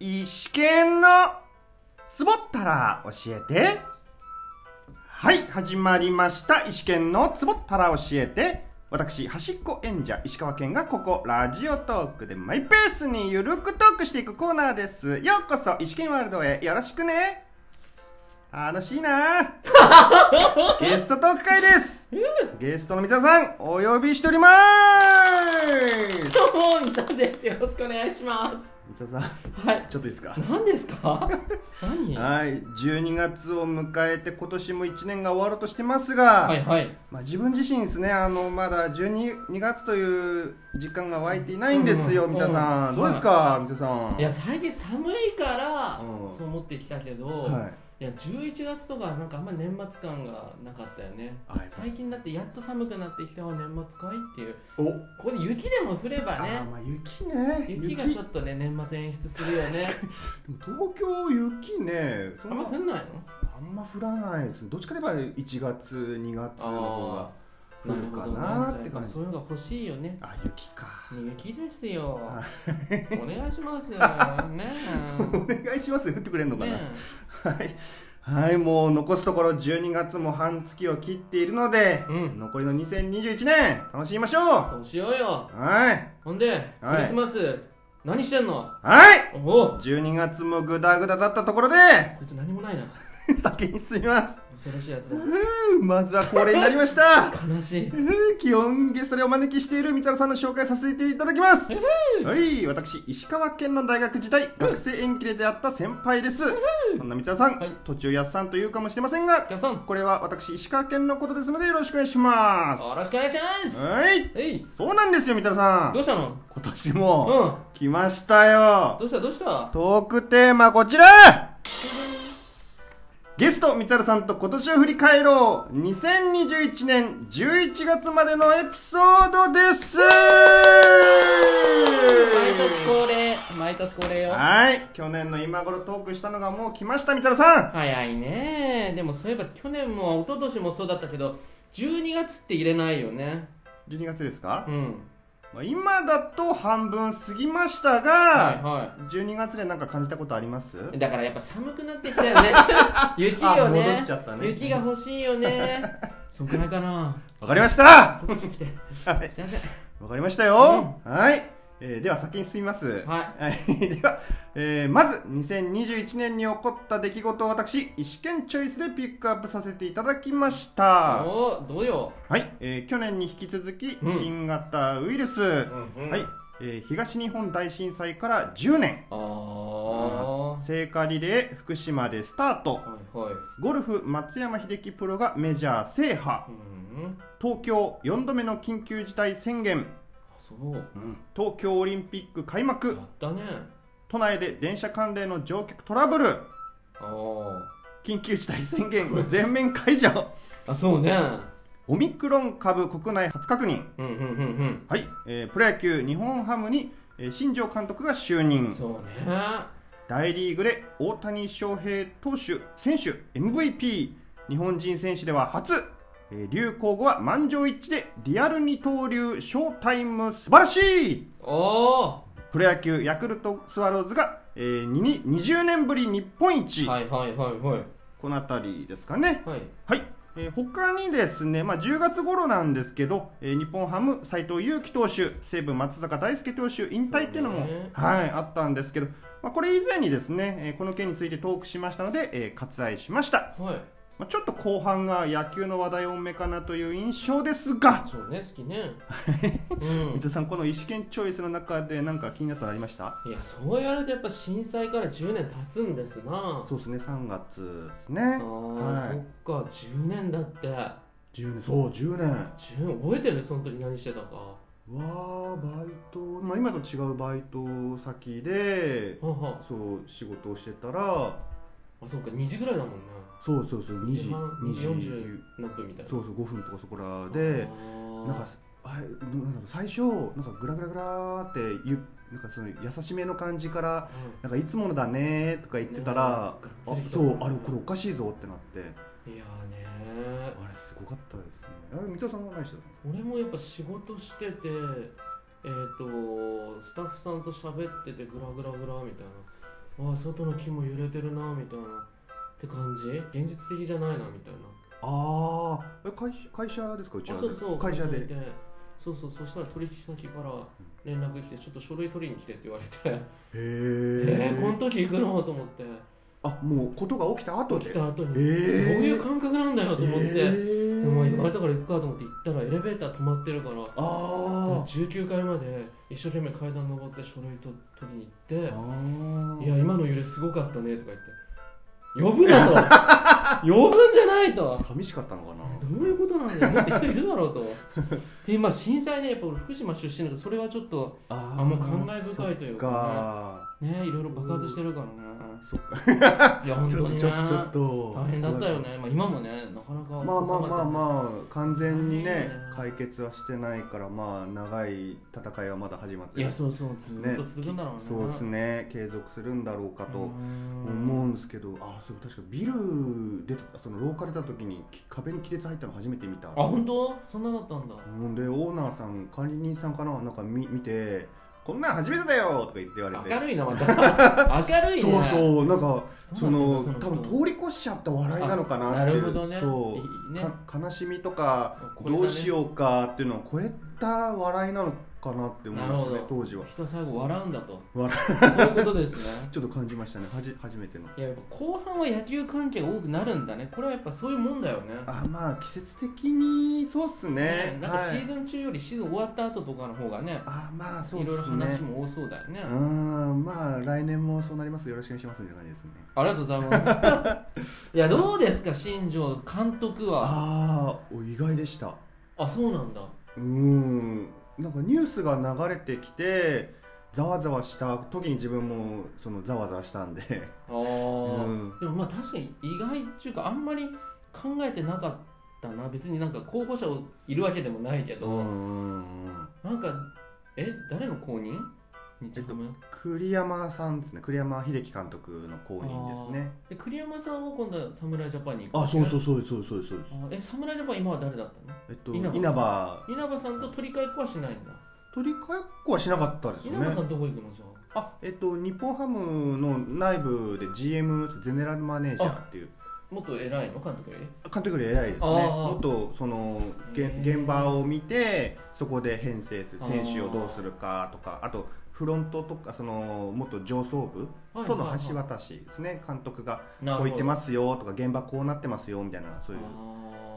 石剣のつぼったら教えてはい始まりました石剣のつぼったら教えて私端っこ演者石川県がここラジオトークでマイペースにゆるくトークしていくコーナーですようこそ石剣ワールドへよろしくね楽しいなゲストトーク会ですゲストの三沢さんお呼びしておりますどうも、みたんです。よろしくお願いします。三沢さんはい。ちょっといいですか何ですか何ははい、12月を迎えて今年も1年が終わろうとしてますが、いはい。まあ、自分自身ですねあのまだ12 2月という時間が湧いていないんですよ、うん三田さん、うんどうですか、三田さんいや、最近寒いからうん、そう思ってきたけど、はいい、や、11月とか、なんかあんま年末感がなかったよね。ありがとうござい最近だってやっと寒くなってきたわ、年末かいっていう。お、ここで雪でも降ればあーね、まあ雪ね雪がちょっとね、年末演出するよね。でも東京雪ねそあんんなま降んないあんま降らないですどっちかといえば1月2月の方が降のるかなってやっ感ぱじそういうのが欲しいよね。あ雪か雪ですよは。お願いしますよ。 ねお願いします降ってくれるのえ。かな、ねえはい、はい、もう残すところ12月も半月を切っているので、うん残りの2021年楽しみましょうそうしようよはいほんで、はいクリスマス何してんのはいおお12月もグダグダだったところで こいつ何もないな先に進みます恐ろしいやつふうまずは恒例になりま しただ悲しいふう気温ゲストでお招きしている三原さんの紹介させていただきますふはい私石川県の大学時代学生遠距離であった先輩ですそんな三原さん、はい途中やっさんと言うかもしれませんがお客さんよこれは私石川県のことですのでよろしくお願いしますろしくお願いしますはいえいそうなんですよ三田さどんうしたの今年もうん来ましたよどうしたどうしたトークテーマこちらゲスト三田さんと今年を振り返ろう2021年11月までのエピソードです毎年恒例毎年恒例よはい去年の今頃トークしたのがもう来ました三田さん早いねでもそういえば去年も一昨年もそうだったけど12月って入れないよね12月ですかう、んまあ今だと半分過ぎましたが、はいは12月で何か感じたことありますいだからやっぱ寒くなってきた よね雪よねあ戻っちゃったね雪が欲しいよ ねそんくらいかなわかりましたそこしてきてはいすいませんわかりましたよ、はい、えーでは先に進みます、はい では、えーまず2021年に起こった出来事を私石剣チョイスでピックアップさせていただきましたおーどうよ、はい、えー去年に引き続きうん新型ウイルス、はい、えー東日本大震災から10年ああは聖火リレー福島でスタートいはいゴルフ松山英樹プロがメジャー制覇うん東京4度目の緊急事態宣言、あそうや東京オリンピック開幕ったね都内で電車関連の乗客トラブルあー緊急事態宣言全面解除あそうねオミクロン株国内初確認うんうんうんはい、えープロ野球日本ハムに、えー新庄監督が就うん任そうね大リーグで大谷翔平投手選手 MVP 日本人選手では初、えー流行語は満場一致でリアル二刀流ショータイム素晴らしいおープロ野球ヤクルトスワローズが、えーにに20年ぶり日本一、はいはいはいはいこの辺りですかねはいはい、えー他にですね、まあ、10月頃なんですけど、えー日本ハム、斎藤佑樹投手、西武、松坂大輔投手、引退っていうのそもうねはい、あったんですけど、まあ、これ以前にですね、えーこの件についてトークしましたので、えー割愛しました、はいまあ、ちょっと後半が野球の話題多めかなという印象ですが、そうね 好きねうん水田さん、この意思権チョイスの中で、なんか気になったのありましたいやそうやるとやっぱ震災から10年経つんですなそうですね、3月ですね、あー、はいそっか10年だって10年、そう、10年。 10年覚えてるその時何してたかはうわーバイト、まあ、今と違うバイト先であはあそう仕事をしてたらあそうか2時ぐらいだもんねそうそうそう2時2時2 40何分みたいなそうそう5分とかそこらでなんかあれなんだろう最初なんかグラグラグラーってゆなんかその優しめの感じからなんかいつものだねーとか言ってたら、うんがっつりあ来たそうあれこれおかしいぞってなってうんいやーねあれすごかったですねあれ三田さんは何してたの俺もやっぱ仕事しててえっ、とスタッフさんと喋っててグラグラグラみたいなああ外の木も揺れてるなみたいなって感じ現実的じゃないなみたいなああ会会社ですかうちあはそうそう会社いでてそうそうそしたら取引先から連絡来てちょっと書類取りに来てって言われてへえー、このえ時行くのと思ってあもうことが起きた後来でた後に、えーどういう感覚なんだよと思って、えでも言われたから行くかと思って行ったらエレベーター止まってるからあー19階まで一生懸命階段登って書類と取りに行ってあいや今の揺れすごかったねとか言って呼ぶな と呼ぶんじゃないと寂しかったのかなどういうことなんだよもっと人いるだろ うとで今震災ねやっぱ俺福島出身だからそれはちょっとああもう感慨深いというかかねねいろいろ爆発してるからねそっいや本ち当ょっにとちねょっとちょっと大変だったよね、まあ、今もねなかなかまあまあまああまあ完全にね大解決はしてないからまあ長い戦いはまだ始まっていなやそうそうずっと続くんだろうねそうですね継続するんだろうかと思思うんですけどあそう確かビル出たその廊下出た時にき壁に亀裂入ったの初めて見たあ本当そんなだったんだうんでオーナーさん管理人さんかななんかみ見て「こんなん初めてだよ!」とか言って言われて明るいな また明るいねそううそうなんかそのなんだ多ろう分通り越しちゃった笑いなのかなあっていなるほどうねそいういねか悲しみとかこれだどねうしようかっていうのを超えた笑いなのかなって思いなるましほたねど当時は人は最後笑うんだと笑そういうことですねちょっと感じましたねはじ初めてのいややっぱ後半は野球関係が多くなるんだねこれはやっぱそういうもんだよねあまあ季節的にそうっすねねなんかはシいーズン中よりシーズン終わった後とかの方がねあまあそういっろいろすね話も多そうだよねうーんまあ来年もそうなりますよろしくお願いしますみたいな感じですねありがとうございますいやどうですか新庄監督はああーお意外でしたあそうなんだうーんなんかニュースが流れてきてざわざわした時に自分もそのざわざわしたんであー、うんでもまあ確かに意外っていうかあんまり考えてなかったな別になんか候補者をいるわけでもないけうど、んうんうんなんかえ誰の後任日ハム、栗山さんですね栗山英樹監督の後任ですねで栗山さんは今度は侍ジャパンに行あそうそううそうそうそうそうですえ侍ジャパン今は誰だったのえっと稲葉稲葉稲葉さんと取り替えっこはしないんだ取り替えっこはしなかったですね稲葉さんどこ行くのじゃあえっと日本ハムの内部で GM ゼネラルマネージャーっていうあもっと偉いの監督より監督より偉いですねあーもっとそのげへー現場を見てそこで編成するあー選手をどうするかとかあとフロントとかそのもっと上層部はいとの橋渡しですね、監督がなるこうほど言ってますよとか現場こうなってますよみたいなそういう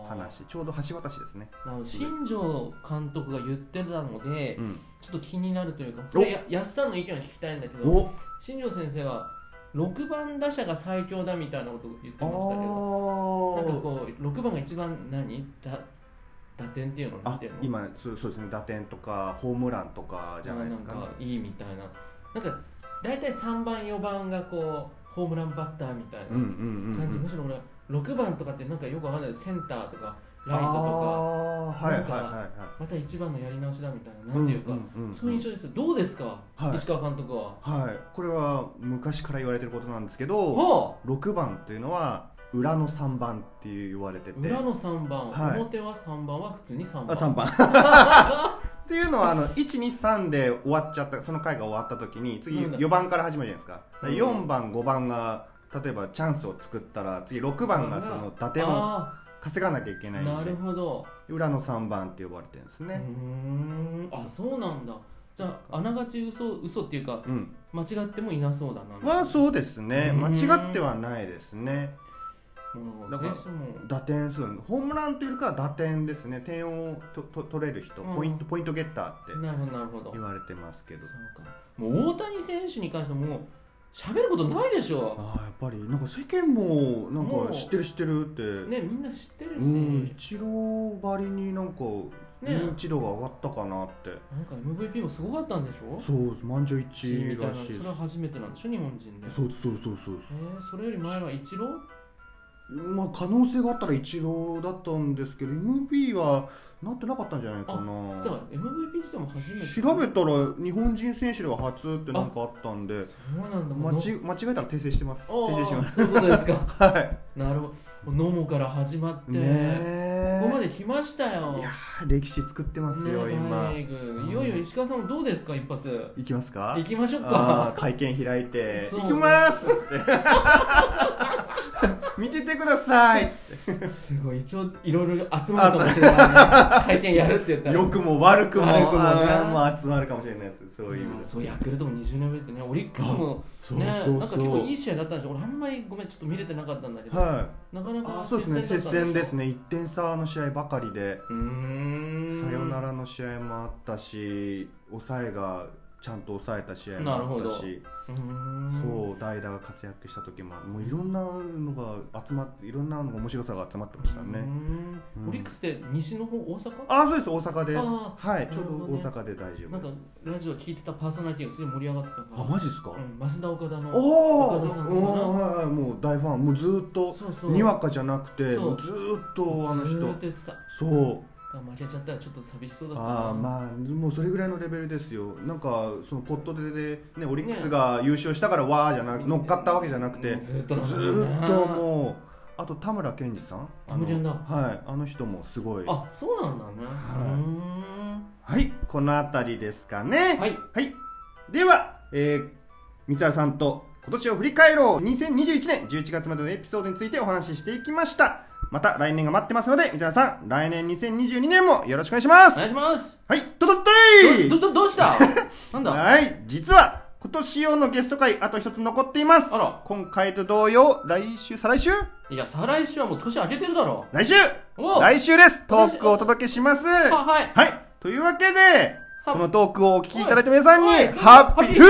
あー話ちょうど橋渡しですね、なるほど新庄監督が言ってたので、うん、ちょっと気になるというかおこれや安さんの意見を聞きたいんだけどお新庄先生は6番打者が最強だみたいなことを言ってあましたけどなんかーこう6番が一番何だ打点っていうのなんあていうの今そうそうですね打点とかホームランとかじゃないですか,、あなんかいいみたいななんか大体3番4番がこうホームランバッターみたいなうんうん感うん、うん、じ、むしろ俺6番とかってなんかよくわかんないセンターとかライトとあかーはいはいはいはまた1番のやり直しだみたいいななんていうか、んんんそういう印象ですよどうですか、はい石川監督ははいこれは昔から言われてることなんですけどは6番っていうのは裏の3番って言われてあて裏の3番、はい表は3番は普通に3あ番3番 っていうのはあの123で終わっちゃったその回が終わった時に次なんだ4番から始まるじゃないですかうん4番5番が例えばチャンスを作ったら次6番がその打点をあ稼がなきゃいけあないなんるでほど、裏の3番って呼ばれてるんですうーねんあそうなんだじゃああながち嘘嘘っていうかうん間違ってもいなそうだなはそうですねうん間違ってはないですねもうだから選手も打点数ホームランというよりかは打点ですね点をとと取れる人、うんポイントポイントゲッターってなるほどなるほど言われてますけどそうかもう大谷選手に関してはもう喋ることないでしょああやっぱりなんか世間もなんもかう知ってる知ってるって、ねみんな知ってるし、うん一郎ばりになんかね認知度が上がったかなって、なんか MVP もすごかったんでしょそう満場一チームみ致たいらなしいそでれは初めてなんでしょ日本人ですそうそうそうそうえー、それより前はイチローそうまあ可能性があったら一郎だったんですけど MB はなってなかったんじゃないかなじゃあ MVP 自体も初めて調べたら日本人選手では初ってなんかあったんでそうなんだ間もう違間違えたら訂正してますあー訂正しますそういうことですか はいなるほど飲むから始まって、ねえここまで来ましたよいやー歴史作ってますよ、ね今大リーグいよいよ石川さんどうですか一発行きますか行きましょうあかー会見開いて「そう行きます!」っつって 「見ててください!」っつっすごい一応いろいろ集まるかもし れないね会見やるって言ったてら良くも悪くも悪くもねあーもう集まるかもしれないですそういう意味うんでそうヤクルトも20年ぶりってねオリックスもそうねそうなんか結そ構ういい試合だったんですよ俺あんまりごめんちょっと見れてなかったんだけど、はいなかなあかそうですね接戦ですねね1点差の試合ばかりでうーんさよならの試合もあったし抑えがちゃんと抑えた試合もあったしうーんそう代打が活躍した時ももういろんなのが集まっていろんなのが面白さが集まってましたうーねんうんオリックスって西の方大阪あそうです大阪ですあはいなちるょうどほどね大阪で大丈なん夫かラジオ聞いてたパーソナリティがすごい盛り上がってたからあマジですかうん、増田岡田のおお岡田さんのーなうんもう大ファンもうずーっとそうそうにわかじゃなくてそうもうずーっとあのずーっ人と言ってただかそうら負けちゃったらちょっと寂しそうだったなああまあもうそれぐらいのレベルですよなんかそのポットでで、ね、オリックスが優勝したからわーじゃなく乗っかったわけじゃなくてもうずずーっとなんだよねーっともうあと田村健二さんあの田村だはいあの人もすごいあそうなんだね、はいうはいこの辺りですかねーんはいはい、では、えー、三原さんと今年を振り返ろう2021年11月までのエピソードについてお話ししていきましたまた来年が待ってますので三原さん来年2022年もよろしくお願いしまおす願いしますはいとどってーどどどうした なんだはい、実は今年用のゲスト回あと一つ残っていますあ。ら今回と同様、来週、再来週いや再来週はもう年明けてるだろ来週おう来週ですト私ークをお届けしますあははいいというわけで、はこのトークをお聞きいただいた皆さんにおいおハい、ッピーハッピー